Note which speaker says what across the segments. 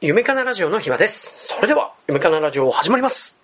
Speaker 1: ゆめかなラジオの暇です。それでは、ゆめかなラジオ始まります。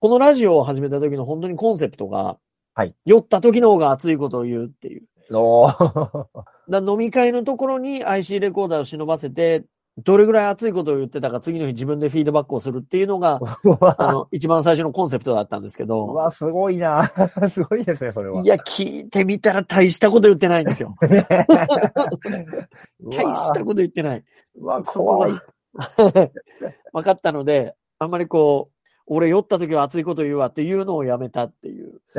Speaker 2: このラジオを始めた時の本当にコンセプトが、
Speaker 3: はい
Speaker 2: 酔った時の方が熱いことを言うっていう。
Speaker 3: おー
Speaker 2: だから飲み会のところに IC レコーダーを忍ばせて、どれぐらい熱いことを言ってたか次の日自分でフィードバックをするっていうのが、
Speaker 3: う
Speaker 2: あ
Speaker 3: わ、
Speaker 2: の、一番最初のコンセプトだったんですけ
Speaker 3: う
Speaker 2: ど、
Speaker 3: わすごいな。 すごいですね、それは。
Speaker 2: いや、聞いてみたら大したこと言ってないんですよ。
Speaker 3: ね、
Speaker 2: 大したこと言ってない。
Speaker 3: うわ、怖い。
Speaker 2: 分かったので、あんまりこう、俺酔った時は熱いこと言うわっていうのをやめたっていう。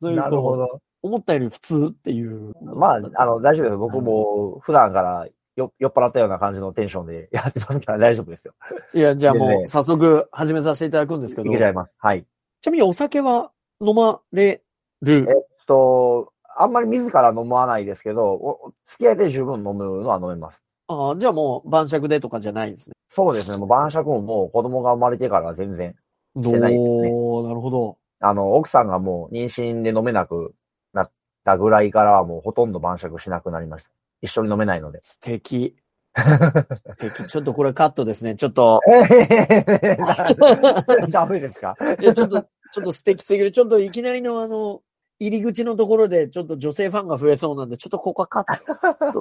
Speaker 2: そういう
Speaker 3: なるほ
Speaker 2: こ
Speaker 3: ど。
Speaker 2: う、思ったより普通っていう。
Speaker 3: まあ、あの、大丈夫です。僕も普段からよ酔っ払ったような感じのテンションで やってますから大丈夫ですよ。
Speaker 2: いや、じゃあ
Speaker 3: 全
Speaker 2: もう
Speaker 3: 然
Speaker 2: 早速始めさせていただくんですけ
Speaker 3: い
Speaker 2: ど、
Speaker 3: けちゃいます。はい。
Speaker 2: ちなみにお酒は飲まれ
Speaker 3: え
Speaker 2: る。
Speaker 3: と、あんまり自ら飲まないですけど、お付き合いで十分飲むのは飲めます。
Speaker 2: ああ、じゃあもう晩酌でとかじゃないんですね。
Speaker 3: そうですね。もう晩酌ももう子供が生まれてから全然。
Speaker 2: ど
Speaker 3: してないですね
Speaker 2: うなるほど。。
Speaker 3: あの、奥さんがもう妊娠で飲めなくなったぐらいからはもうほとんど晩酌しなくなりました。一緒に飲めないので
Speaker 2: 素 敵。素敵。ちょっとこれカットですね。ちょっと、
Speaker 3: ダメですか
Speaker 2: いや、ちょっと、ちょっと素敵すぎる。ちょっといきなりのあの、入り口のところでちょっと女性ファンが増えそうなんで、ちょっとここはカット。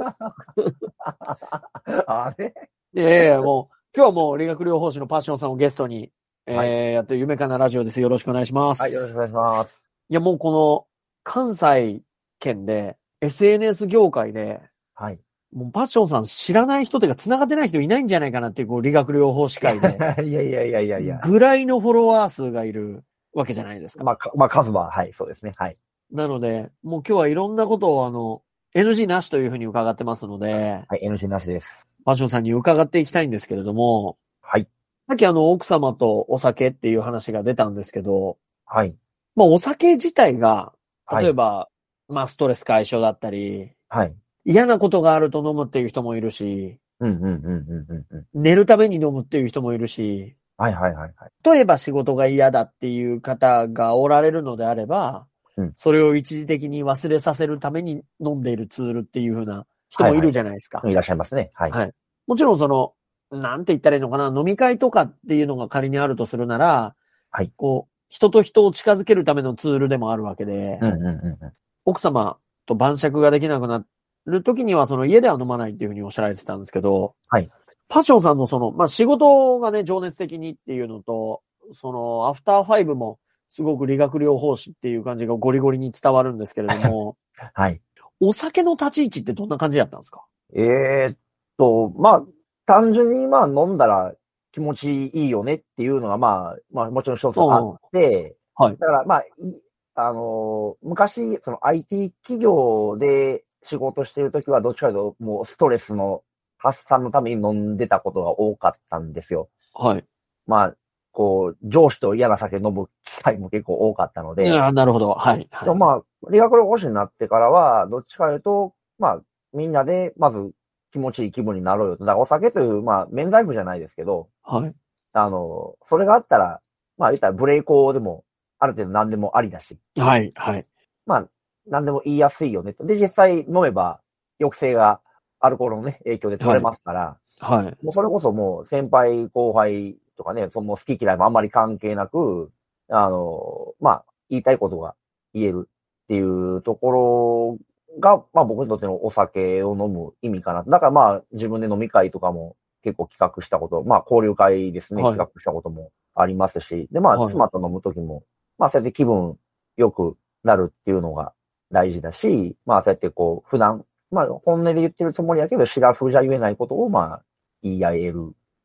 Speaker 3: あれ
Speaker 2: いやいや、もう、今日はもう理学療法士のパッションさんをゲストに、えー
Speaker 3: は
Speaker 2: やってる夢かなラジオです。よろしくお願いします。
Speaker 3: はい、よろしくお願いします。
Speaker 2: いや、もうこの関西圏で SNS 業界で、
Speaker 3: はい。
Speaker 2: もうパッションさん知らない人というか繋がってない人いないんじゃないかなっていう、こう理学療法士会で、
Speaker 3: いやいやい やいやいや。
Speaker 2: ぐらいのフォロワー数がいるわけじゃないですか。
Speaker 3: まあ、かまあ、数は、はい、そうですね。はい。
Speaker 2: なので、もう今日はいろんなことをあの、NG なしというふうに伺ってますので、
Speaker 3: はい、NG なしです。
Speaker 2: パッションさんに伺っていきたいんですけれども、
Speaker 3: はい。
Speaker 2: さっきあの、奥様とお酒っていう話が出たんですけど、
Speaker 3: はい。
Speaker 2: まあお酒自体が、
Speaker 3: はい
Speaker 2: 例えば、まあストレス解消だったり、
Speaker 3: はい。
Speaker 2: 嫌なことがあると飲むっていう人もいるし、
Speaker 3: うんうんうんうんうんうん。
Speaker 2: 寝るために飲むっていう人もいるし、
Speaker 3: はいはいはいはい。
Speaker 2: 例えば仕事が嫌だっていう方がおられるのであれば、
Speaker 3: うん
Speaker 2: それを一時的に忘れさせるために飲んでいるツールっていう風な人もいるじゃないですか。
Speaker 3: いらっしゃいますね。はい。
Speaker 2: はいもちろんその、なんて言ったらいいのかな、飲み会とかっていうのが仮にあるとするなら、
Speaker 3: はい
Speaker 2: こう、人と人を近づけるためのツールでもあるわけで、
Speaker 3: うんうんうんうん。
Speaker 2: 奥様と晩酌ができなくなる時には、その家では飲まないっていうふうにおっしゃられてたんですけど、
Speaker 3: はい。
Speaker 2: パッションさんのその、まあ、仕事がね、情熱的にっていうのと、その、アフターファイブも、すごく理学療法士っていう感じがゴリゴリに伝わるんですけれども、
Speaker 3: はい。
Speaker 2: お酒の立ち位置ってどんな感じだったんですか
Speaker 3: えーっと、まあ、単純にまあ飲んだら気持ちいいよねっていうのがまあ、まあもちろん一つあっ
Speaker 2: う
Speaker 3: て、
Speaker 2: はい
Speaker 3: だからまあ、いあのー昔、その IT 企業で仕事してるときはどっちかというともうストレスの発散のために飲んでたことが多かったんですよ。
Speaker 2: はい。
Speaker 3: まあ、こう、上司と嫌な酒飲む機会も結構多かったの
Speaker 2: い
Speaker 3: で、
Speaker 2: やなるほど。はい。はい
Speaker 3: でもまあ、理学療法士になってからは、どっちかというと、まあ、みんなで、まず気持ちいい気分になろうよと。だからお酒という、まあ、免罪符じゃないですけど、
Speaker 2: はい。
Speaker 3: あの、それがあったら、まあ、言ったらブレイクでも、ある程度何でもありだし、
Speaker 2: はい。はい。
Speaker 3: まあ、何でも言いやすいよねと。で、実際飲めば、抑制がアルコールのね、影響で取れますから、
Speaker 2: はい。
Speaker 3: もうそれこそもう先輩後輩とかね、その好き嫌いもあんまり関係なく、あの、まあ、言いたいことが言えるっていうところが、まあ僕にとってのお酒を飲む意味かな。だからまあ自分で飲み会とかも結構企画したこと、まあ交流会ですね、
Speaker 2: はい
Speaker 3: 企画したこともありますし、でま
Speaker 2: はい
Speaker 3: あ妻と飲むときも、まあそうやって気分良くなるっていうのが大事だし、まあそうやってこう普段、まあ本音で言ってるつもりやけど、シラフじゃ言えないことをまあ言い合える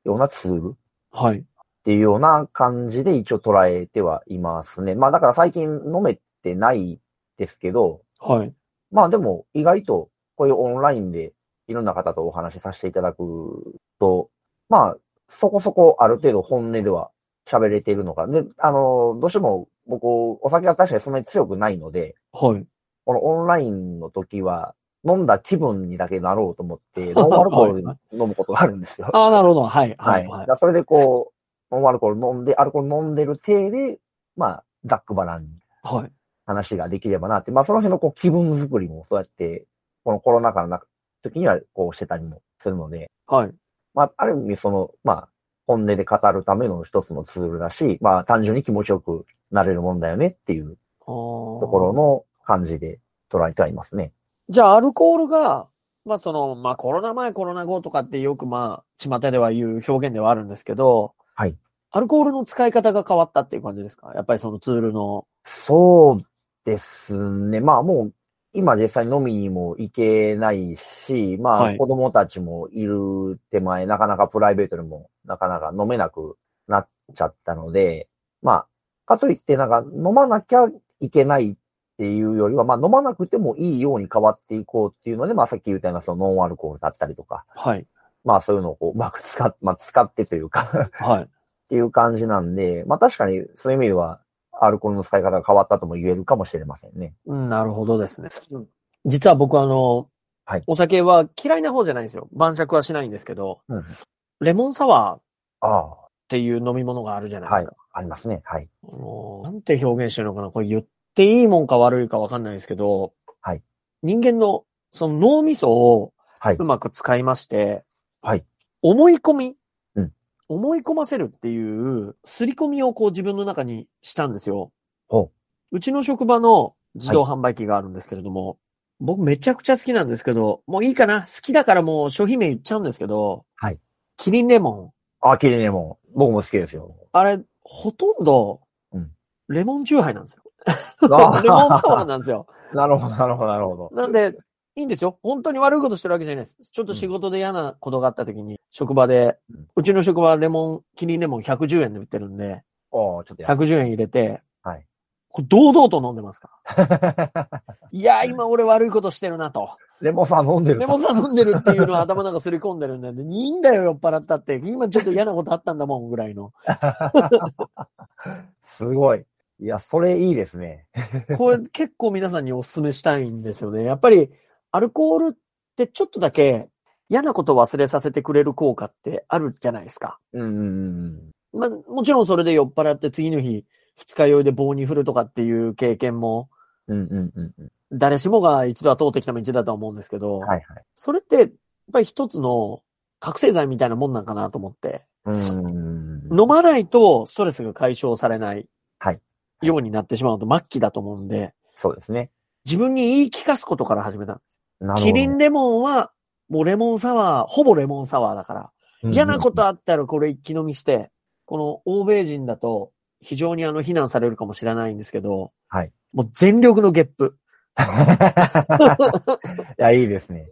Speaker 3: ようなツールっ
Speaker 2: はい。
Speaker 3: ていうような感じで一応捉えてはいますね。まあだから最近飲めてないですけど、
Speaker 2: はい。
Speaker 3: まあでも意外とこういうオンラインでいろんな方とお話しさせていただくと、まあそこそこある程度本音では喋れてるのかな。で、あの、どうしても僕、お酒が確かにそんなに強くないので、
Speaker 2: はい。
Speaker 3: このオンラインの時は飲んだ気分にだけなろ うと思って、ノンアルコールで飲むことがあるんですよ。
Speaker 2: ああ、なるほど。はい。
Speaker 3: は。
Speaker 2: はいい。
Speaker 3: だ
Speaker 2: はい
Speaker 3: か。らそれでこう、ノンアルコール飲んで、アルコール飲んでる体で、まあ、ざっくばらんに
Speaker 2: はい。
Speaker 3: 話ができればなって、まあその辺のこう気分作りもそうやって、このコロナ禍の中時にはこうしてたりもするので、
Speaker 2: はい。
Speaker 3: まあある意味その、まあ本音で語るための一つのツールだし、まあ単純に気持ちよくなれるもんだよねっていう
Speaker 2: とこと
Speaker 3: ころの感じで捉えてはいますね。
Speaker 2: じゃあ、アルコールが、まあ、その、まあ、コロナ前、コロナ後とかってよく、まあ、巷では言う表現ではあるんですけど、
Speaker 3: はい。
Speaker 2: アルコールの使い方が変わったっていう感じですかやっぱりそのツールの。
Speaker 3: そうですね。まあもう今実際飲みにも行けないし、ま
Speaker 2: は
Speaker 3: あ
Speaker 2: い
Speaker 3: 子供たちもいる手前、なかなかプライベートでもなかなか飲めなくなっちゃったので、まあ、かといってなんか飲まなきゃいけないっていうよりは、まあ飲まなくてもいいように変わっていこうっていうので、まあさっき言ったようなそのノンアルコールだったりとか、
Speaker 2: はい。
Speaker 3: まあそういうのをこううまく使っ、まあ使ってというか
Speaker 2: はい。
Speaker 3: っていう感じなんで、まあ確かにそういう意味では、アルコールの使い方が変わったとも言えるかもしれませんね。
Speaker 2: うん、なるほどですね。実は僕あの、
Speaker 3: はい
Speaker 2: お酒は嫌いな方じゃないんですよ。晩酌はしないんですけど、
Speaker 3: うん。
Speaker 2: レモンサワーっ
Speaker 3: あ
Speaker 2: ていう飲み物があるじゃ
Speaker 3: あ、
Speaker 2: ないで
Speaker 3: は
Speaker 2: す
Speaker 3: い
Speaker 2: か。。
Speaker 3: ありますね。はい。
Speaker 2: あのなんて表現してるのかなこれ言っていいもんか悪いかわかんないですけど、
Speaker 3: はい。
Speaker 2: 人間の、その脳みそを。
Speaker 3: はいう
Speaker 2: まく使いまして、
Speaker 3: はい。
Speaker 2: 思い込み、
Speaker 3: うん
Speaker 2: 思い込ませるっていう、すり込みをこう自分の中にしたんですよ。
Speaker 3: ほ
Speaker 2: うちの職場の自動販売機があるんですけれども、僕めちゃくちゃ好きなんですけど、もういいかな好きだからもう商品名言っちゃうんですけど、
Speaker 3: はい。
Speaker 2: キリンレモン。
Speaker 3: あ、綺麗ね、もう。僕も好きで すよ。
Speaker 2: あれ、ほとんど
Speaker 3: うん、
Speaker 2: レモンチューハイなんですよ。
Speaker 3: あ
Speaker 2: レモンサワーなん ですよ。
Speaker 3: ー なるほど、なるほど、なるほど。
Speaker 2: なんで、いいんですよ。本当に悪いことしてるわけじゃないです。ちょっと仕事で嫌なことがあった時に、職場で
Speaker 3: うん、
Speaker 2: うちの職場はレモン、キリンレモン110円で売ってるんで、
Speaker 3: おーちょっとやっ
Speaker 2: 110円入れて、
Speaker 3: はい
Speaker 2: これ堂々と飲んでますから。いやー、今俺悪いことしてるなと。
Speaker 3: レモンさん飲んでる。
Speaker 2: レモンさん飲んでるっていうのは頭の中すり込んでるんで、いいんだよ、酔っ払ったって。今ちょっと嫌なことあったんだもん、ぐらいの。
Speaker 3: すごい。いや、それいいですね。
Speaker 2: これ結構皆さんにお勧めしたいんですよね。やっぱり、アルコールってちょっとだけ嫌なことを忘れさせてくれる効果ってあるじゃないですか。
Speaker 3: うんうんうん。
Speaker 2: まあ、もちろんそれで酔っ払って次の日、二日酔いで棒に振るとかっていう経験も、
Speaker 3: うんうんうんうん。
Speaker 2: 誰しもが一度は通ってきた道だとは思うんですけど、
Speaker 3: はいはい。
Speaker 2: それって、やっぱり一つの覚醒剤みたいなもんなんかなと思って、
Speaker 3: うんうんうん。
Speaker 2: 飲まないとストレスが解消されない、
Speaker 3: はい
Speaker 2: ようになってしまうと末期だと思うんで、
Speaker 3: そうですね。
Speaker 2: 自分に言い聞かすことから始めたんです。
Speaker 3: なるほど。
Speaker 2: キリンレモンは、もうレモンサワー、ほぼレモンサワーだから、嫌なこと
Speaker 3: は。
Speaker 2: あったらこれ一気飲みして、この欧米人だと非常にあの非難されるかもしれないんですけど、
Speaker 3: はい。
Speaker 2: もう全力のゲップ
Speaker 3: いや、いいですね。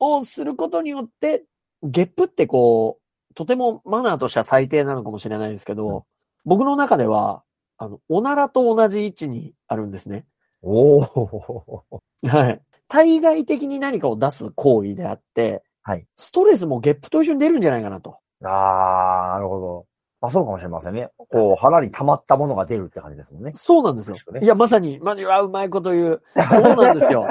Speaker 2: をすることによって、ゲップってこう、とてもマナーとしては最低なのかもしれないですけど、
Speaker 3: うん
Speaker 2: 僕の中では、あの、おならと同じ位置にあるんですね。
Speaker 3: おー。
Speaker 2: はい。対外的に何かを出す行為であって、
Speaker 3: はい
Speaker 2: ストレスもゲップと一緒に出るんじゃないかなと。
Speaker 3: ああ、なるほど。まあそうかもしれませんね。こう、腹に溜まったものが出るって感じですもんね。
Speaker 2: そうなんですよ
Speaker 3: 確か。に
Speaker 2: いや、まさに、まにはうまいこと言う。そうなんです よ。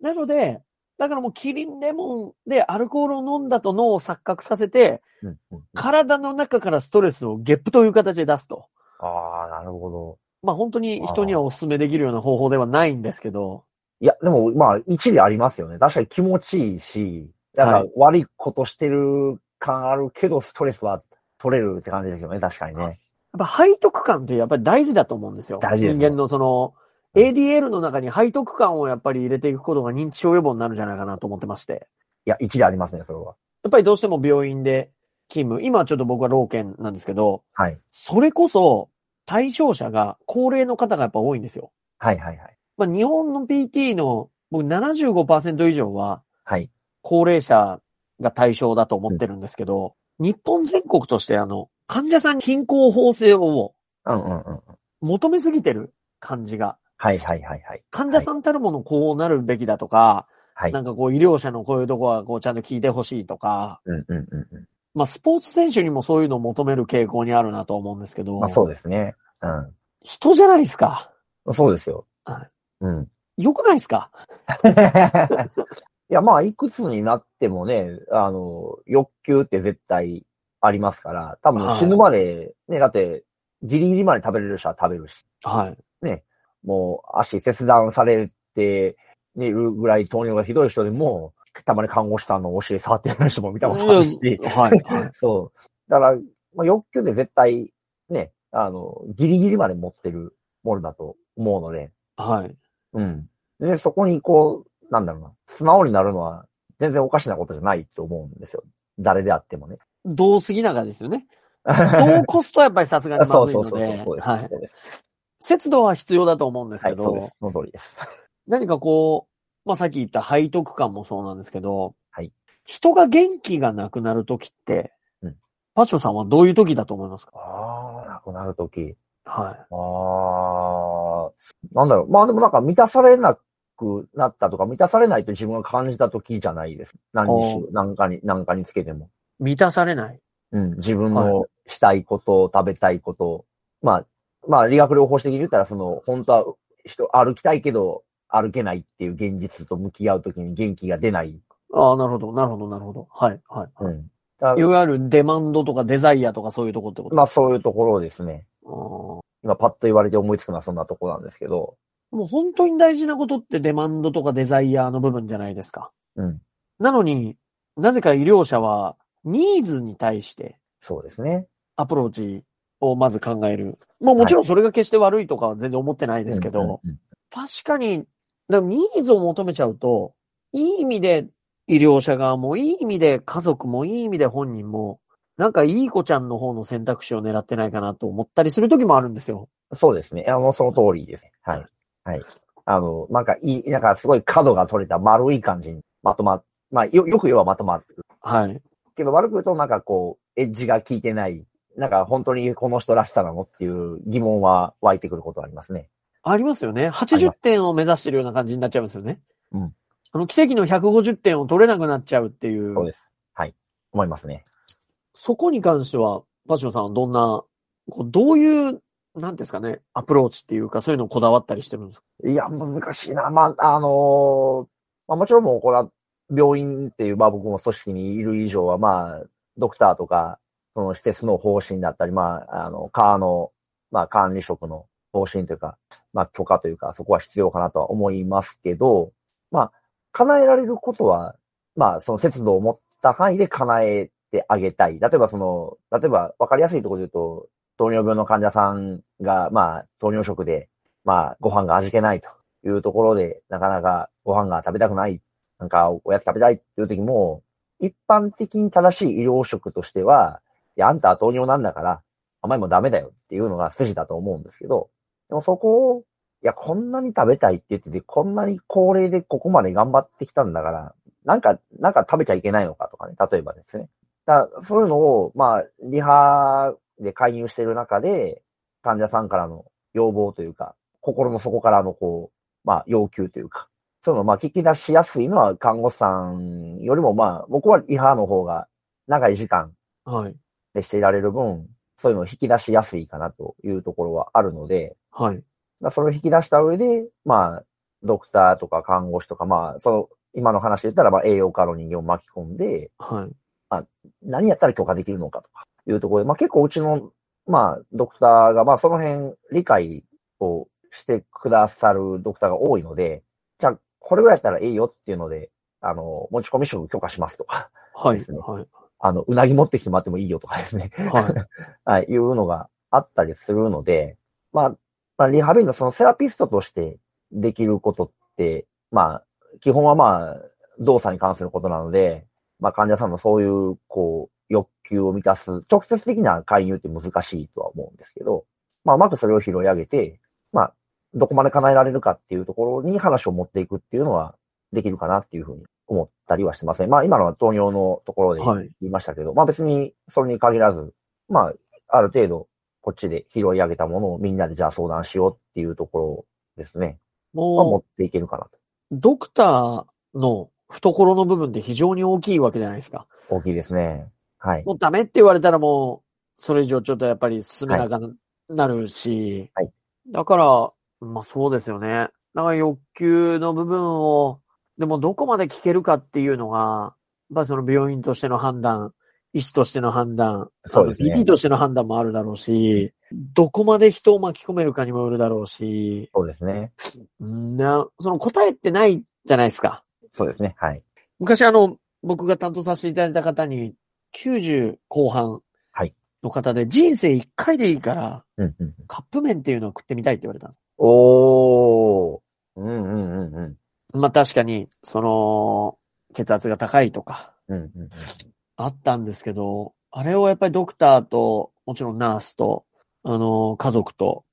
Speaker 2: なので、だからもうキリンレモンでアルコールを飲んだと脳を錯覚させて、
Speaker 3: うんうん、
Speaker 2: 体の中からストレスをゲップという形で出すと。
Speaker 3: ああ、なるほど。
Speaker 2: まあ本当に人にはお勧めできるような方法ではないんですけど、
Speaker 3: いや、でも、まあ、一理ありますよね。確かに気持ちいいし、なん
Speaker 2: は
Speaker 3: か悪いことしてる感あるけど、ストレスは取れるって感じですよね。確かにね。
Speaker 2: やっぱ背徳感ってやっぱり大事だと思うんですよ。
Speaker 3: 大事ですね
Speaker 2: 人間のその、ADL の中に背徳感をやっぱり入れていくことが認知症予防になるんじゃないかなと思ってまして。
Speaker 3: いや、一理ありますね、それは。
Speaker 2: やっぱりどうしても病院で勤務、今はちょっと僕は老健なんですけど、
Speaker 3: はい。
Speaker 2: それこそ対象者が高齢の方がやっぱ多いんですよ。
Speaker 3: はいはいはい。
Speaker 2: まあ、日本の PT の僕75%以上は
Speaker 3: はい。
Speaker 2: 高齢者が対象だと思ってるんですけど、日本全国としてあの、患者さんに均衡法制を
Speaker 3: うんうんうん。
Speaker 2: 求めすぎてる感じが、
Speaker 3: はいはいはいはい。
Speaker 2: 患者さんたるものこうなるべきだとか、
Speaker 3: はい
Speaker 2: な。んかこう医療者のこういうとこはこうちゃんと聞いてほしいとか、
Speaker 3: うんうんうんうん。
Speaker 2: まあスポーツ選手にもそういうのを求める傾向にあるなと思うんですけど、
Speaker 3: まあそうですね。
Speaker 2: 人じゃないですか。
Speaker 3: うん。そうですよ
Speaker 2: はい。
Speaker 3: うん。
Speaker 2: 良くないですか
Speaker 3: いや、まあ、いくつになってもね、あの、欲求って絶対ありますから、多分
Speaker 2: はい
Speaker 3: 死ぬまで、ね、だって、ギリギリまで食べれる人は食べるし、
Speaker 2: はい。
Speaker 3: もう足切断されて、ね、いるぐらい糖尿がひどい人でも、たまに看護師さんのお尻触ってる人も見たことあるし、
Speaker 2: いやはい。はい
Speaker 3: そう。だから、まあ、欲求で絶対、ね、あの、ギリギリまで持ってるものだと思うので、
Speaker 2: はい。
Speaker 3: うん。で、そこにこう、なんだろうな、素直になるのは全然おかしなことじゃないと思うんですよ。誰であってもね。
Speaker 2: どうすぎながですよね。 どうこすとやっぱりさすがに
Speaker 3: そ
Speaker 2: ま
Speaker 3: う
Speaker 2: ずい
Speaker 3: そ
Speaker 2: の
Speaker 3: うそうそう
Speaker 2: で、
Speaker 3: そうです。
Speaker 2: は
Speaker 3: そう
Speaker 2: い。
Speaker 3: です
Speaker 2: 節度は必要だと思うんです
Speaker 3: は
Speaker 2: け
Speaker 3: い、そうで
Speaker 2: ど
Speaker 3: す、。その通りです。
Speaker 2: 何かこう、まあ、さっき言った背徳感もそうなんですけど、
Speaker 3: はい。
Speaker 2: 人が元気がなくなるときって、
Speaker 3: うん
Speaker 2: パッションさんはどういうときだと思いますか
Speaker 3: ああ、なくなるとき。
Speaker 2: は
Speaker 3: ああ、なんだろう。まあでもなんか満たされなくなったとか、満たされないと自分が感じたときじゃないです。何にし
Speaker 2: お、
Speaker 3: 何かに、何かにつけても。
Speaker 2: い。満たされない。
Speaker 3: うん、自分のしたいこと、食べたいこと。まあ、まあ、理学療法士的に言ったら、その、本当は、人、歩きたいけど、歩けないっていう現実と向き合うときに元気が出ない。
Speaker 2: ああ、なるほど、なるほど、なるほど。はい、はい。
Speaker 3: うん。だ
Speaker 2: いわゆるデマンドとかデザイアとかそういうとこってこと
Speaker 3: まあ、そういうところですね。
Speaker 2: あー
Speaker 3: 今、パッと言われて思いつくのはそんなところなんですけど。
Speaker 2: もう本当に大事なことってデマンドとかデザイアの部分じゃないですか。
Speaker 3: うん。
Speaker 2: なのに、なぜか医療者はニーズに対して
Speaker 3: そうですね。
Speaker 2: アプローチをまず考える。まあもちろんそれが決して悪いとかは全然思ってないですけど、
Speaker 3: うん。うん
Speaker 2: 確かに、でもニーズを求めちゃうと、いい意味で医療者側も、いい意味で家族も、いい意味で本人も、なんかいい子ちゃんの方の選択肢を狙ってないかなと思ったりする時もあるんですよ。
Speaker 3: そうですね。いや、もうその通りですね。はい。はい。あの、なんか、いい、なんかすごい角が取れた丸い感じにまとまっ、まあ、よ、よく言えばまとまる。
Speaker 2: はい。
Speaker 3: けど悪く言うとなんかこう、エッジが効いてない、なんか本当にこの人らしさなのっていう疑問は湧いてくることはありますね。
Speaker 2: ありますよね。80点を目指してるような感じになっちゃいますよね。
Speaker 3: うん。
Speaker 2: あの、奇跡の150点を取れなくなっちゃうっていう。
Speaker 3: そうです。はい。思いますね。
Speaker 2: そこに関しては、パシオさんはどんな、こうどういう、なんていうんですかね、アプローチっていうか、そういうのをこだわったりしてるんですか
Speaker 3: いや、難しいな。まあ、あのーまあもちろんもうこれは病院っていう、まあ僕も組織にいる以上は、まあ、ドクターとか、その施設の方針だったり、まあ、あの、科の、まあ管理職の方針というか、まあ許可というか、そこは必要かなとは思いますけど、まあ、叶えられることは、まあ、その節度を持った範囲で叶えてあげたい。例えばその、例えば分かりやすいところで言うと、糖尿病の患者さんが、まあ、糖尿食で、まあ、ご飯が味気ないというところで、なかなかご飯が食べたくない、なんかおやつ食べたいっていう時も、一般的に正しい医療食としては、いや、あんたは糖尿なんだから、甘いもんダメだよっていうのが筋だと思うんですけど、でもそこを、いや、こんなに食べたいって言ってて、こんなに高齢でここまで頑張ってきたんだから、なんか、なんか食べちゃいけないのかとかね、例えばですね。だからそういうのを、まあ、リハで介入している中で、患者さんからの要望というか、心の底からのこう、まあ、要求というか、そういうのをまあ、聞き出しやすいのは看護師さんよりもまあ、僕はリハの方が長い時間
Speaker 2: はい。
Speaker 3: でしていられる分、そういうのを引き出しやすいかなというところはあるので、
Speaker 2: はい。
Speaker 3: まあ、それを引き出した上で、まあ、ドクターとか看護師とか、まあ、その、今の話で言ったら、まあ、栄養科の人間を巻き込んで、
Speaker 2: はい。
Speaker 3: 何やったら許可できるのかとか、いうところで、まあ結構うちの、まあドクターが、まあその辺理解をしてくださるドクターが多いので、じゃあこれぐらいやったらいいよっていうので、あの、持ち込み食許可しますとか、
Speaker 2: は
Speaker 3: で
Speaker 2: い。
Speaker 3: すね
Speaker 2: はい。
Speaker 3: あの、うなぎ持ってきてもらってもいいよとかですね、
Speaker 2: はい。
Speaker 3: はい、いうのがあったりするので、まあ、まあ、リハビリのそのセラピストとしてできることって、まあ、基本はまあ、動作に関することなので、まあ、患者さんのそういう、こう、欲求を満たす、直接的な介入って難しいとは思うんですけど、まあ、うまくそれを拾い上げて、まあ、どこまで叶えられるかっていうところに話を持っていくっていうのはできるかなっていうふうに思ったりはしてますね。まあ、今のは糖尿のとこ ろで
Speaker 2: はい。
Speaker 3: 言いましたけど、まあ別にそれに限らず、まあ、ある程度、こっちで拾い上げたものをみんなでじゃあ相談しようっていうところですね。は持
Speaker 2: も
Speaker 3: っていけるかなと。
Speaker 2: う、ドクターの懐の部分って非常に大きいわけじゃないですか。
Speaker 3: 大きいですね。はい。
Speaker 2: もうダメって言われたらもう、それ以上ちょっとやっぱり進めなくなるし、
Speaker 3: はい
Speaker 2: だから、まあそうですよね。だから欲求の部分を、でもどこまで聞けるかっていうのが、やっぱりその病院としての判断、医師としての判断、
Speaker 3: そうですね
Speaker 2: PT としての判断もあるだろうし、どこまで人を巻き込めるかにもよるだろうし、
Speaker 3: そうですね。
Speaker 2: うんな、その答えってないじゃないですか。
Speaker 3: そうですね。はい。
Speaker 2: 昔あの、僕が担当させていただいた方に、90後半
Speaker 3: はい
Speaker 2: の方で、人生1回でいいから、
Speaker 3: うんうん。
Speaker 2: カップ麺っていうのを食ってみたいって言われたんです。
Speaker 3: おー。うんうんうんうん。
Speaker 2: まあ確かに、その、血圧が高いとか、
Speaker 3: うんうんうん。
Speaker 2: あったんですけど、あれをやっぱりドクターと、もちろんナースと、あの、家族と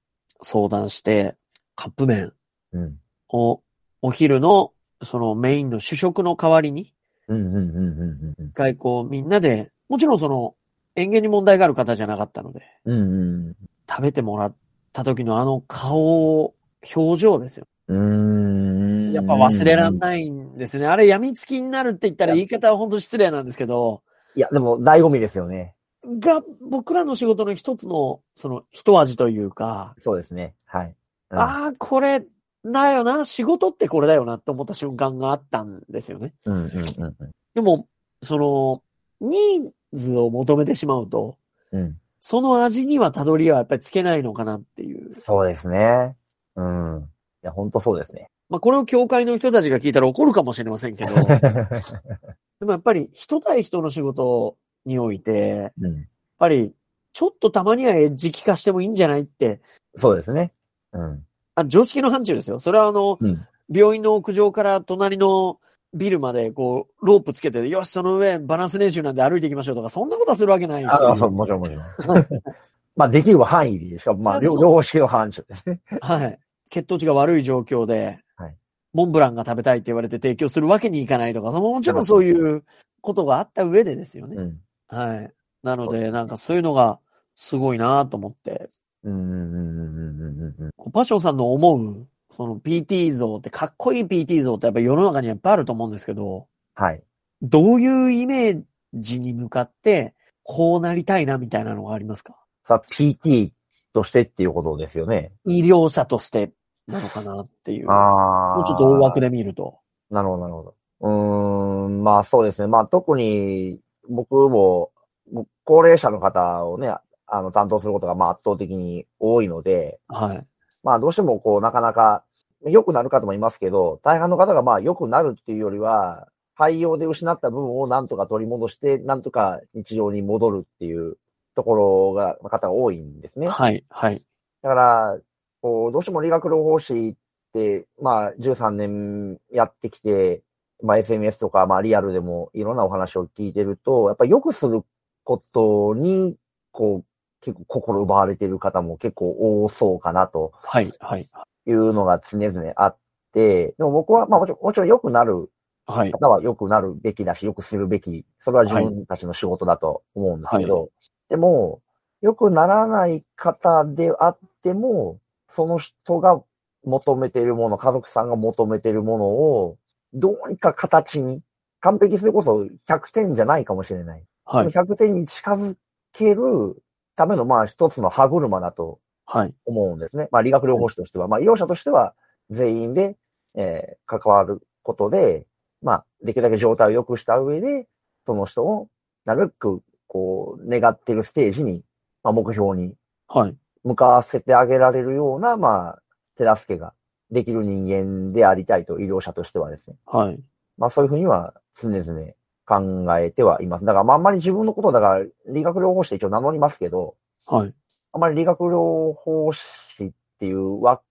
Speaker 2: 相談して、カップ麺
Speaker 3: うん
Speaker 2: を、お昼の、そのメインの主食の代わりに、
Speaker 3: うんうんうんうんうん
Speaker 2: 一回こうみんなで、もちろんその、園芸に問題がある方じゃなかったので、
Speaker 3: うん。
Speaker 2: 食べてもらった時のあの顔、表情ですよ。
Speaker 3: うんうん。
Speaker 2: やっぱ忘れらん
Speaker 3: い。
Speaker 2: ないんですね。あれ、病みつきになるって言ったら言い方は本当失礼なんですけど、
Speaker 3: いや、でも、醍醐味ですよね。
Speaker 2: が、僕らの仕事の一つの、その、一味というか、
Speaker 3: そうですね。はい。うん
Speaker 2: ああ、これ、だよな、仕事ってこれだよなって思った瞬間があったんですよね。
Speaker 3: うんうんうんうん
Speaker 2: でも、その、ニーズを求めてしまうと、
Speaker 3: うん。
Speaker 2: その味にはたどりはやっぱりつけないのかなっていう。
Speaker 3: そうですね。うん。いや、ほんとそうです ね。
Speaker 2: まあ、これを教会の人たちが聞いたら怒るかもしれませんけど、でもやっぱり人対人の仕事において、やっ
Speaker 3: うん。
Speaker 2: ぱりちょっとたまにはエッジ化してもいいんじゃないって、
Speaker 3: そうですね。うん。
Speaker 2: あ常識の範疇ですよ。それはあの、
Speaker 3: うん。
Speaker 2: 病院の屋上から隣のビルまでこう、ロープつけて、よし、その上バランス練習なんで歩いていきましょうとか、そんなことはするわけないし。
Speaker 3: ああ、そう、もちろんもちろん。 まあ、できる範囲でしかも、まあ、両
Speaker 2: そう
Speaker 3: 両式の範疇ですね。
Speaker 2: はい。血糖値が悪い状況で、
Speaker 3: はい
Speaker 2: モンブランが食べたいって言われて提供するわけにいかないとか、もちろんそういうことがあった上でですよね。
Speaker 3: うん。
Speaker 2: はい。なの
Speaker 3: そう
Speaker 2: で、なんかそういうのがすごいなと思って、
Speaker 3: うんうんうんうんうんうんうん。
Speaker 2: こうパッションさんの思う、その PT 像って、かっこいい PT 像ってやっぱ世の中にはいっぱいあると思うんですけど、
Speaker 3: はい。
Speaker 2: どういうイメージに向かって、こうなりたいなみたいなのがありますか
Speaker 3: さあ、PT としてっていうことですよね。
Speaker 2: 医療者としてなのかなっていう。
Speaker 3: ああ。
Speaker 2: もうちょっと大枠で見ると。
Speaker 3: なるほど、なるほど。うーん、まあそうですね。まあ特に僕もご高齢者の方をね、あの担当することがまあ圧倒的に多いので、
Speaker 2: はい。
Speaker 3: まあどうしてもこうなかなか良くなる方もいますけど、大半の方がまあ良くなるっていうよりは、廃用で失った部分をなんとか取り戻して、なんとか日常に戻るっていうところが、方が多いんですね。
Speaker 2: はい。はい。
Speaker 3: だから、こう、どうしても理学療法士って、まあ、13年やってきて、まあ、SMS とか、まあ、リアルでもいろんなお話を聞いてると、やっぱり良くすることに、こう、結構心奪われてる方も結構多そうかなと
Speaker 2: はい。はい。
Speaker 3: いうのが常々あって、でも僕は、まあもちろん、もちろん良くなる
Speaker 2: はい。
Speaker 3: 方は良くなるべきだし、良くするべき、それは自分たちの仕事だと思うんですけど、でも、良くならない方であっても、その人が求めているもの、家族さんが求めているものを、どうにか形に、完璧それこそ100点じゃないかもしれない。
Speaker 2: はい。
Speaker 3: 100点に近づけるための、まあ一つの歯車だと
Speaker 2: はい。
Speaker 3: 思うんですね。まあ、理学療法士としては、まあ、医療者としては全員で、えー関わることで、まあ、できるだけ状態を良くした上で、その人をなるべく、こう、願っているステージに、まあ、目標に
Speaker 2: はい。
Speaker 3: 向かわせてあげられるような、まあ、手助けができる人間でありたいと、医療者としてはですね。
Speaker 2: はい。
Speaker 3: まあ、そういうふうには常々考えてはいます。だから、まあ、あんまり自分のことをだから、理学療法士って一応名乗りますけど、
Speaker 2: はい。
Speaker 3: あまり理学療法士っていう枠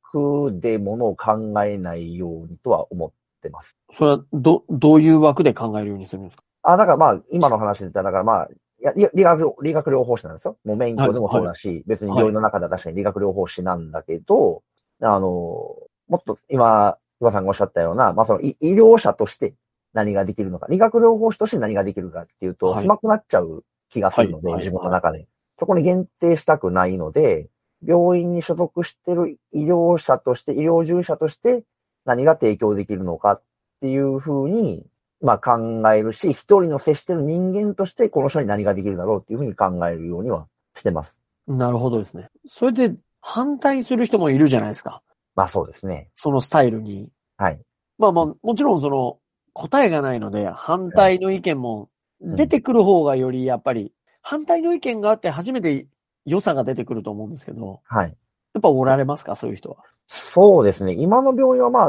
Speaker 3: でものを考えないようにとは思ってます。
Speaker 2: それは、ど、どういう枠で考えるようにするんですか
Speaker 3: あ、だからまあ、今の話で言ったら、だからまあ、いや理理学療理学療法士なんですよ。もう免許でもそうだし、別に病院の中では確かに理学療法士なんだけど、あの、もっと今、岩さんがおっしゃったような、まあその医医療者として何ができるのか、理学療法士として何ができるかっていうと
Speaker 2: は、い
Speaker 3: 狭くなっちゃう気がするので、
Speaker 2: はいはい
Speaker 3: 自分の中で。そこに限定したくないので、病院に所属してる医療者として、医療従事者として何が提供できるのかっていうふうに、まあ考えるし、一人の接してる人間としてこの人に何ができるだろうっていうふうに考えるようにはしてます。
Speaker 2: なるほどですね。それで、反対する人もいるじゃないですか。
Speaker 3: まあそうですね。
Speaker 2: そのスタイルに。
Speaker 3: はい。
Speaker 2: まあまあ、もちろんその、答えがないので、反対の意見も出てくる方がよりやっぱり、反対の意見があって初めて良さが出てくると思うんですけど、
Speaker 3: はい。
Speaker 2: やっぱおられますかそういう人は。
Speaker 3: そうですね。今の病院はまあ、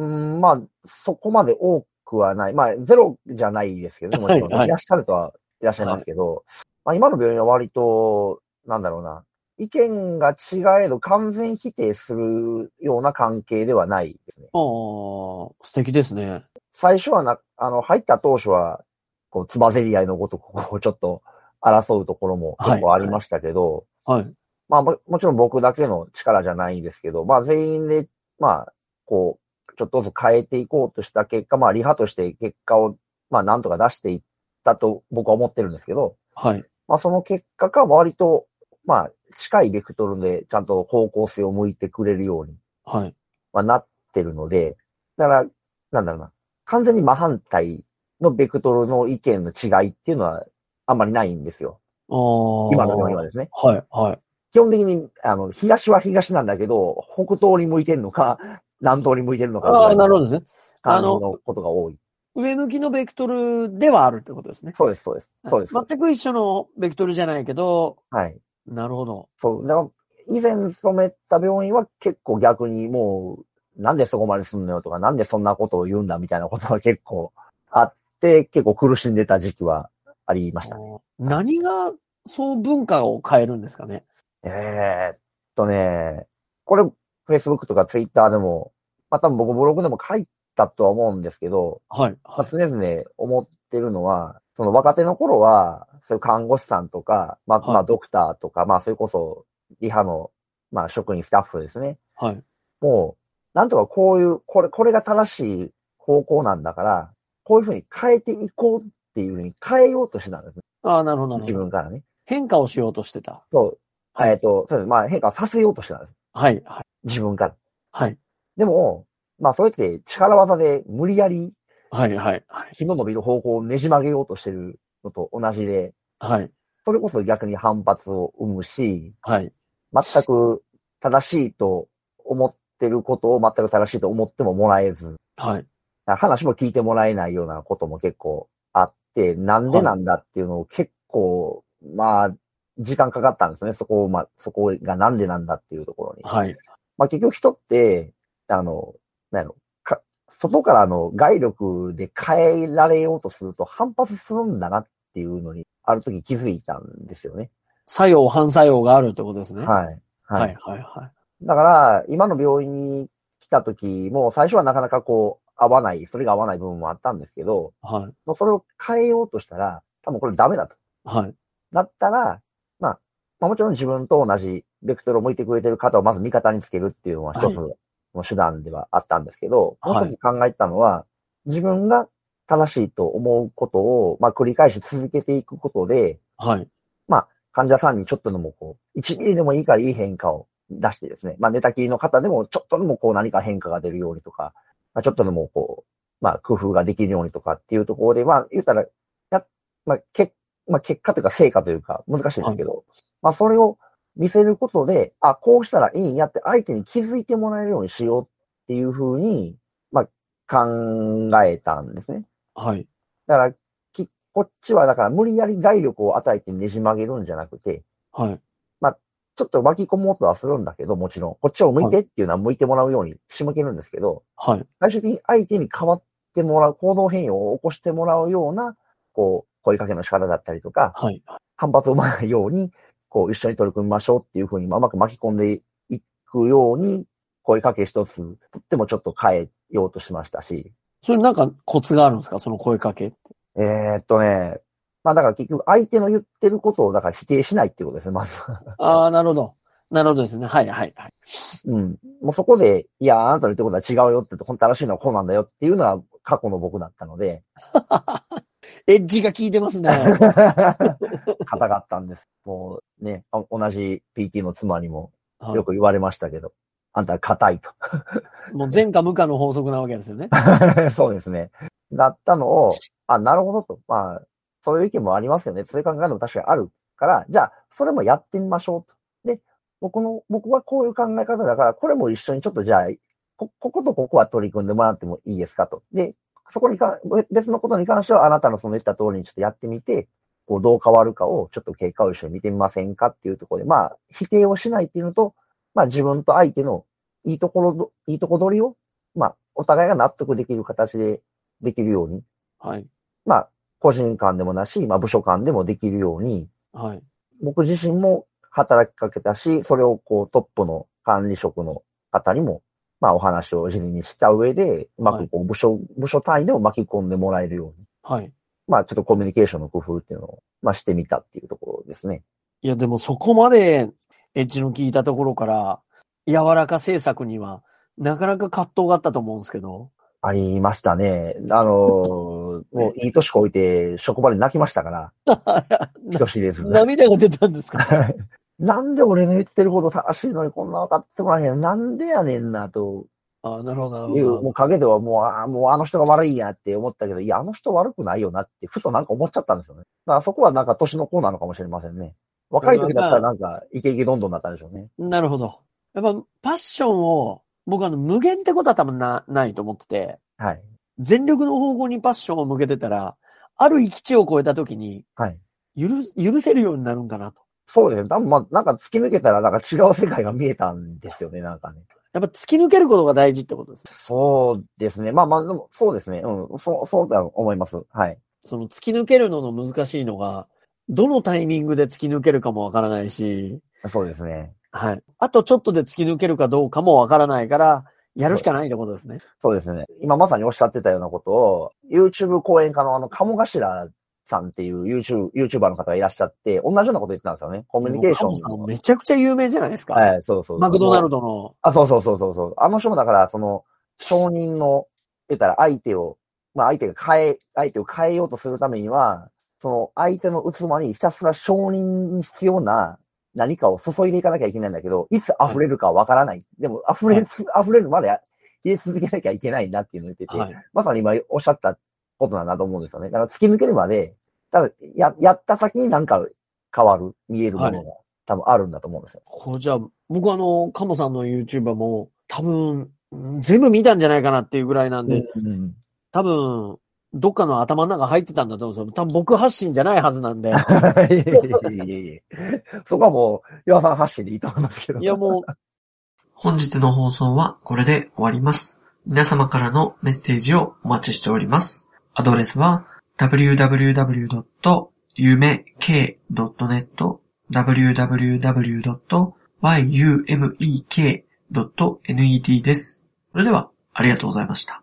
Speaker 3: うん、まあ、そこまで多くはない。まあ、ゼロじゃないですけどね、もちろん。
Speaker 2: はいはい
Speaker 3: いらっしゃるとはいらっしゃいますけど、まあ、今の病院は割と、なんだろうな、意見が違えど完全否定するような関係ではないですね。
Speaker 2: ああ、素敵ですね。
Speaker 3: 最初はな、あの、入った当初は、こう、つばぜり合いのごとく、こう、ちょっと争うところも結構ありましたけど、
Speaker 2: はい。
Speaker 3: まあも、もちろん僕だけの力じゃないんですけど、まあ全員で、まあ、こう、ちょっとずつ変えていこうとした結果、まあリハとして結果を、まあなんとか出していったと僕は思ってるんですけど、
Speaker 2: はい。
Speaker 3: まあその結果が割と、まあ近いベクトルでちゃんと方向性を向いてくれるように、
Speaker 2: はい。
Speaker 3: まあ、なってるので、だから、なんだろうな、完全に真反対のベクトルの意見の違いっていうのはあんまりないんですよ。
Speaker 2: ああ。
Speaker 3: 今のようにはですね。
Speaker 2: はい、はい。
Speaker 3: 基本的に、あの、東は東なんだけど、北東に向いてるのか、南東に向いてるのか、
Speaker 2: ああ、なるほどですね。
Speaker 3: 感じのことが多い。
Speaker 2: 上向きのベクトルではあるってことですね。
Speaker 3: そうです、そうです。そうです。
Speaker 2: 全く一緒のベクトルじゃないけど、
Speaker 3: はい。
Speaker 2: なるほど。
Speaker 3: そう。だから以前勤めた病院は結構逆にもう、なんでそこまですんのよとか、なんでそんなことを言うんだみたいなことが結構あって、結構苦しんでた時期はありましたね。
Speaker 2: 何が、そう文化を変えるんですかね。
Speaker 3: えーっとね、これ、Facebook とか Twitter でも、まあ多分僕ブログでも書いたとは思うんですけど、
Speaker 2: はい、
Speaker 3: ま
Speaker 2: は
Speaker 3: あ、
Speaker 2: い。
Speaker 3: 常々思ってるのは、その若手の頃は、そういう看護師さんとか、まあ、
Speaker 2: はい
Speaker 3: まあ、ドクターとか、まあ、それこそ、リハの、まあ、職員、スタッフですね。
Speaker 2: はい。
Speaker 3: もう、なんとかこういう、これ、これが正しい方向なんだから、こういうふうに変えていこうっていうふうに変えようとしてたんですね。
Speaker 2: ああ、なるほど、な
Speaker 3: 自
Speaker 2: るほど。
Speaker 3: 分からね。
Speaker 2: 変化をしようとしてた。
Speaker 3: そう。
Speaker 2: はい
Speaker 3: えっ、と、そうですまあ、変化させようとしてたんです。
Speaker 2: はい、はい、
Speaker 3: 自分から。
Speaker 2: はい、
Speaker 3: でも、まあ、それって力技で無理やり、
Speaker 2: はい、はい、はい。
Speaker 3: 日の伸びる方向をねじ曲げようとしてるのと同じで、
Speaker 2: はい、
Speaker 3: それこそ逆に反発を生むし、
Speaker 2: はい。
Speaker 3: 全く正しいと思ってることを全く正しいと思ってももらえず、
Speaker 2: はい。
Speaker 3: 話も聞いてもらえないようなことも結構あって、なんでなんだっていうのを結構、まあ、時間かかったんですね。そこを、まあ、そこがなんでなんだっていうところに。
Speaker 2: はい。
Speaker 3: まあ結局人って、あの、なんやろ、か、外からの外力で変えられようとすると反発するんだなっていうのに、ある時気づいたんですよね。
Speaker 2: 作用、反作用があるってことですね。
Speaker 3: はい。
Speaker 2: は
Speaker 3: はい
Speaker 2: い、はい、はい。
Speaker 3: だから、今の病院に来た時も、最初はなかなかこう、合わない、それが合わない部分もあったんですけど、
Speaker 2: はい、
Speaker 3: もうそれを変えようとしたら、多分これダメだと。
Speaker 2: はい、
Speaker 3: だったら、まあ、まあもちろん自分と同じベクトルを向いてくれてる方をまず味方につけるっていうのは一つの手段ではあったんですけど、
Speaker 2: はい
Speaker 3: もう一つ考えてたのは、自分が正しいと思うことを、まあ、繰り返し続けていくことで、
Speaker 2: はい、
Speaker 3: 患者さんにちょっとでもこう、1ミリでもいいからいい変化を出してですね、まあ、寝たきりの方でもちょっとでもこう何か変化が出るようにとか、まあ、ちょっとでもこう、まあ、工夫ができるようにとかっていうところで、まあ、言ったら、やまあ、けまあ、結果というか成果というか難しいですけど、まあ、それを見せることで、あ、こうしたらいいんやって相手に気づいてもらえるようにしようっていうふうに、まあ、考えたんですね。
Speaker 2: はい。
Speaker 3: だから、き、こっちはだから無理やり外力を与えてねじ曲げるんじゃなくて、
Speaker 2: はい。
Speaker 3: ちょっと巻き込もうとはするんだけど、もちろん、こっちを向いてっていうのは向いてもらうように仕向けるんですけど、
Speaker 2: はい。
Speaker 3: 最終的に相手に変わってもらう、行動変容を起こしてもらうような、こう、声かけの仕方だったりとか、
Speaker 2: はい。
Speaker 3: 反発を生まないように、こう、一緒に取り組みましょうっていうふうに、まあうまく巻き込んでいくように、声かけ一つ、とってもちょっと変えようとしましたし、
Speaker 2: それなんかコツがあるんですかその声か け。
Speaker 3: えーっとね、まあだから結局相手の言ってることをだから否定しないっていうことですね、まずは。
Speaker 2: ああ、なるほど。なるほどですね。はい、はい、はい。
Speaker 3: うん。もうそこで、いや、あなたの言ってることは違うよって、本当正しいのはこうなんだよっていうのは過去の僕だったので、
Speaker 2: エッジが効いてますね。
Speaker 3: 硬かったんです。もうね、あ同じ PT の妻にも
Speaker 2: はい
Speaker 3: よく言われましたけど、あんたは硬いと。
Speaker 2: もう前科無科の法則なわけですよ ね。
Speaker 3: そうですね。だったのを、あ、なるほどと。まあ、そういう意見もありますよね。そういう考えも確かにあるから、じゃあ、それもやってみましょうと。で、僕の、僕はこういう考え方だから、これも一緒にちょっとじゃあ、こ、こことここは取り組んでもらってもいいですかと。で、そこにか、別のことに関しては、あなたのその言った通りにちょっとやってみて、こう、どう変わるかを、ちょっと結果を一緒に見てみませんかっていうところで、まあ、否定をしないっていうのと、まあ、自分と相手のいいところど、いいとこ取りを、まあ、お互いが納得できる形でできるように、
Speaker 2: はい。
Speaker 3: まあ、個人間でもなし、まあ、部署間でもできるように、
Speaker 2: はい。
Speaker 3: 僕自身も働きかけたし、それをこうトップの管理職の方にも、まあお話を事前にした上で、うまくこう部署、部署単位でも巻き込んでもらえるように、
Speaker 2: はい。
Speaker 3: まあちょっとコミュニケーションの工夫っていうのを、まあしてみたっていうところですね。
Speaker 2: いや、でもそこまでエッジの効いたところから、柔らか政策には、なかなか葛藤があったと思うんですけど。
Speaker 3: ありましたね。あのー もういい年こいて職場で泣きましたから、
Speaker 2: な
Speaker 3: 人知れず。
Speaker 2: 涙が出たんですか
Speaker 3: なんで俺の言ってること正しいのにこんな分かってもらえへん。なんでやねんなと
Speaker 2: ああ、なるほど、な
Speaker 3: いう、
Speaker 2: るほ
Speaker 3: もう陰ではもう、ああ、もうあの人が悪いんやって思ったけど、いや、あの人悪くないよなって、ふとなんか思っちゃったんですよね。だからそこはなんか年の子なのかもしれませんね。若い時だったらなんか、イケイケどんどんなったんでしょうね。
Speaker 2: ど。なるほど。やっぱ、パッションを、僕あの、無限ってことは多分な、ないと思ってて、
Speaker 3: はい。
Speaker 2: 全力の方向にパッションを向けてたら、ある域地を超えた時に、
Speaker 3: はい。
Speaker 2: 許す、許せるようになるんかなと。
Speaker 3: そうですね。多分まあ、なんか突き抜けたらなんか違う世界が見えたんですよね、なんかね。
Speaker 2: やっぱ突き抜けることが大事ってことです。
Speaker 3: そうですね。まあまあ、でも、そうですね。うん。そう、そうだと思います。はい。
Speaker 2: その突き抜けるのの難しいのが、どのタイミングで突き抜けるかもわからないし、
Speaker 3: そうですね。
Speaker 2: はい。あとちょっとで突き抜けるかどうかもわからないから、やるしかないってことですね。
Speaker 3: そうですね。今まさにおっしゃってたようなことを、YouTube 講演家のあの、鴨頭さんっていう YouTube、YouTuber の方がいらっしゃって、同じようなこと言ってたんですよね。コミュニケーショ
Speaker 2: でもカモさん
Speaker 3: ン。
Speaker 2: めちゃくちゃ有名じゃないですか。
Speaker 3: はい、そうそう。
Speaker 2: マクドナル
Speaker 3: ド。
Speaker 2: ドの。
Speaker 3: あ、そうそうそうそうそう。あの人もだから、その、承認の、言ったら相手を、まあ相手が変え、相手を変えようとするためには、その相手の器にひたすら承認に必要な何かを注いでいかなきゃいけないんだけど、いつ溢れるかわからない。でも溢れす、溢れるまで入れ続けなきゃいけないなっていうのを言ってて、
Speaker 2: はい。
Speaker 3: まさに今おっしゃったことなんだと思うんですよね。だから突き抜けるまで、ただや、やった先になんか変わる、見えるものが多分あるんだと思うんですよ。
Speaker 2: これじゃあ、僕あの、カモさんの YouTuber も、多分、うん全部見たんじゃないかなっていうぐらいなんで、
Speaker 3: うん
Speaker 2: 多分、どっかの頭の中入ってたんだと思うんですよ。多分僕発信じゃないはず なんで。
Speaker 3: いやいやいやいやそこはもう、岩さん発信でいいと思いますけど。
Speaker 2: いやもう、
Speaker 4: 本日の放送はこれで終わります。皆様からのメッセージをお待ちしております。アドレスは www.yumek.net www.yumek.net です。それでは、ありがとうございました。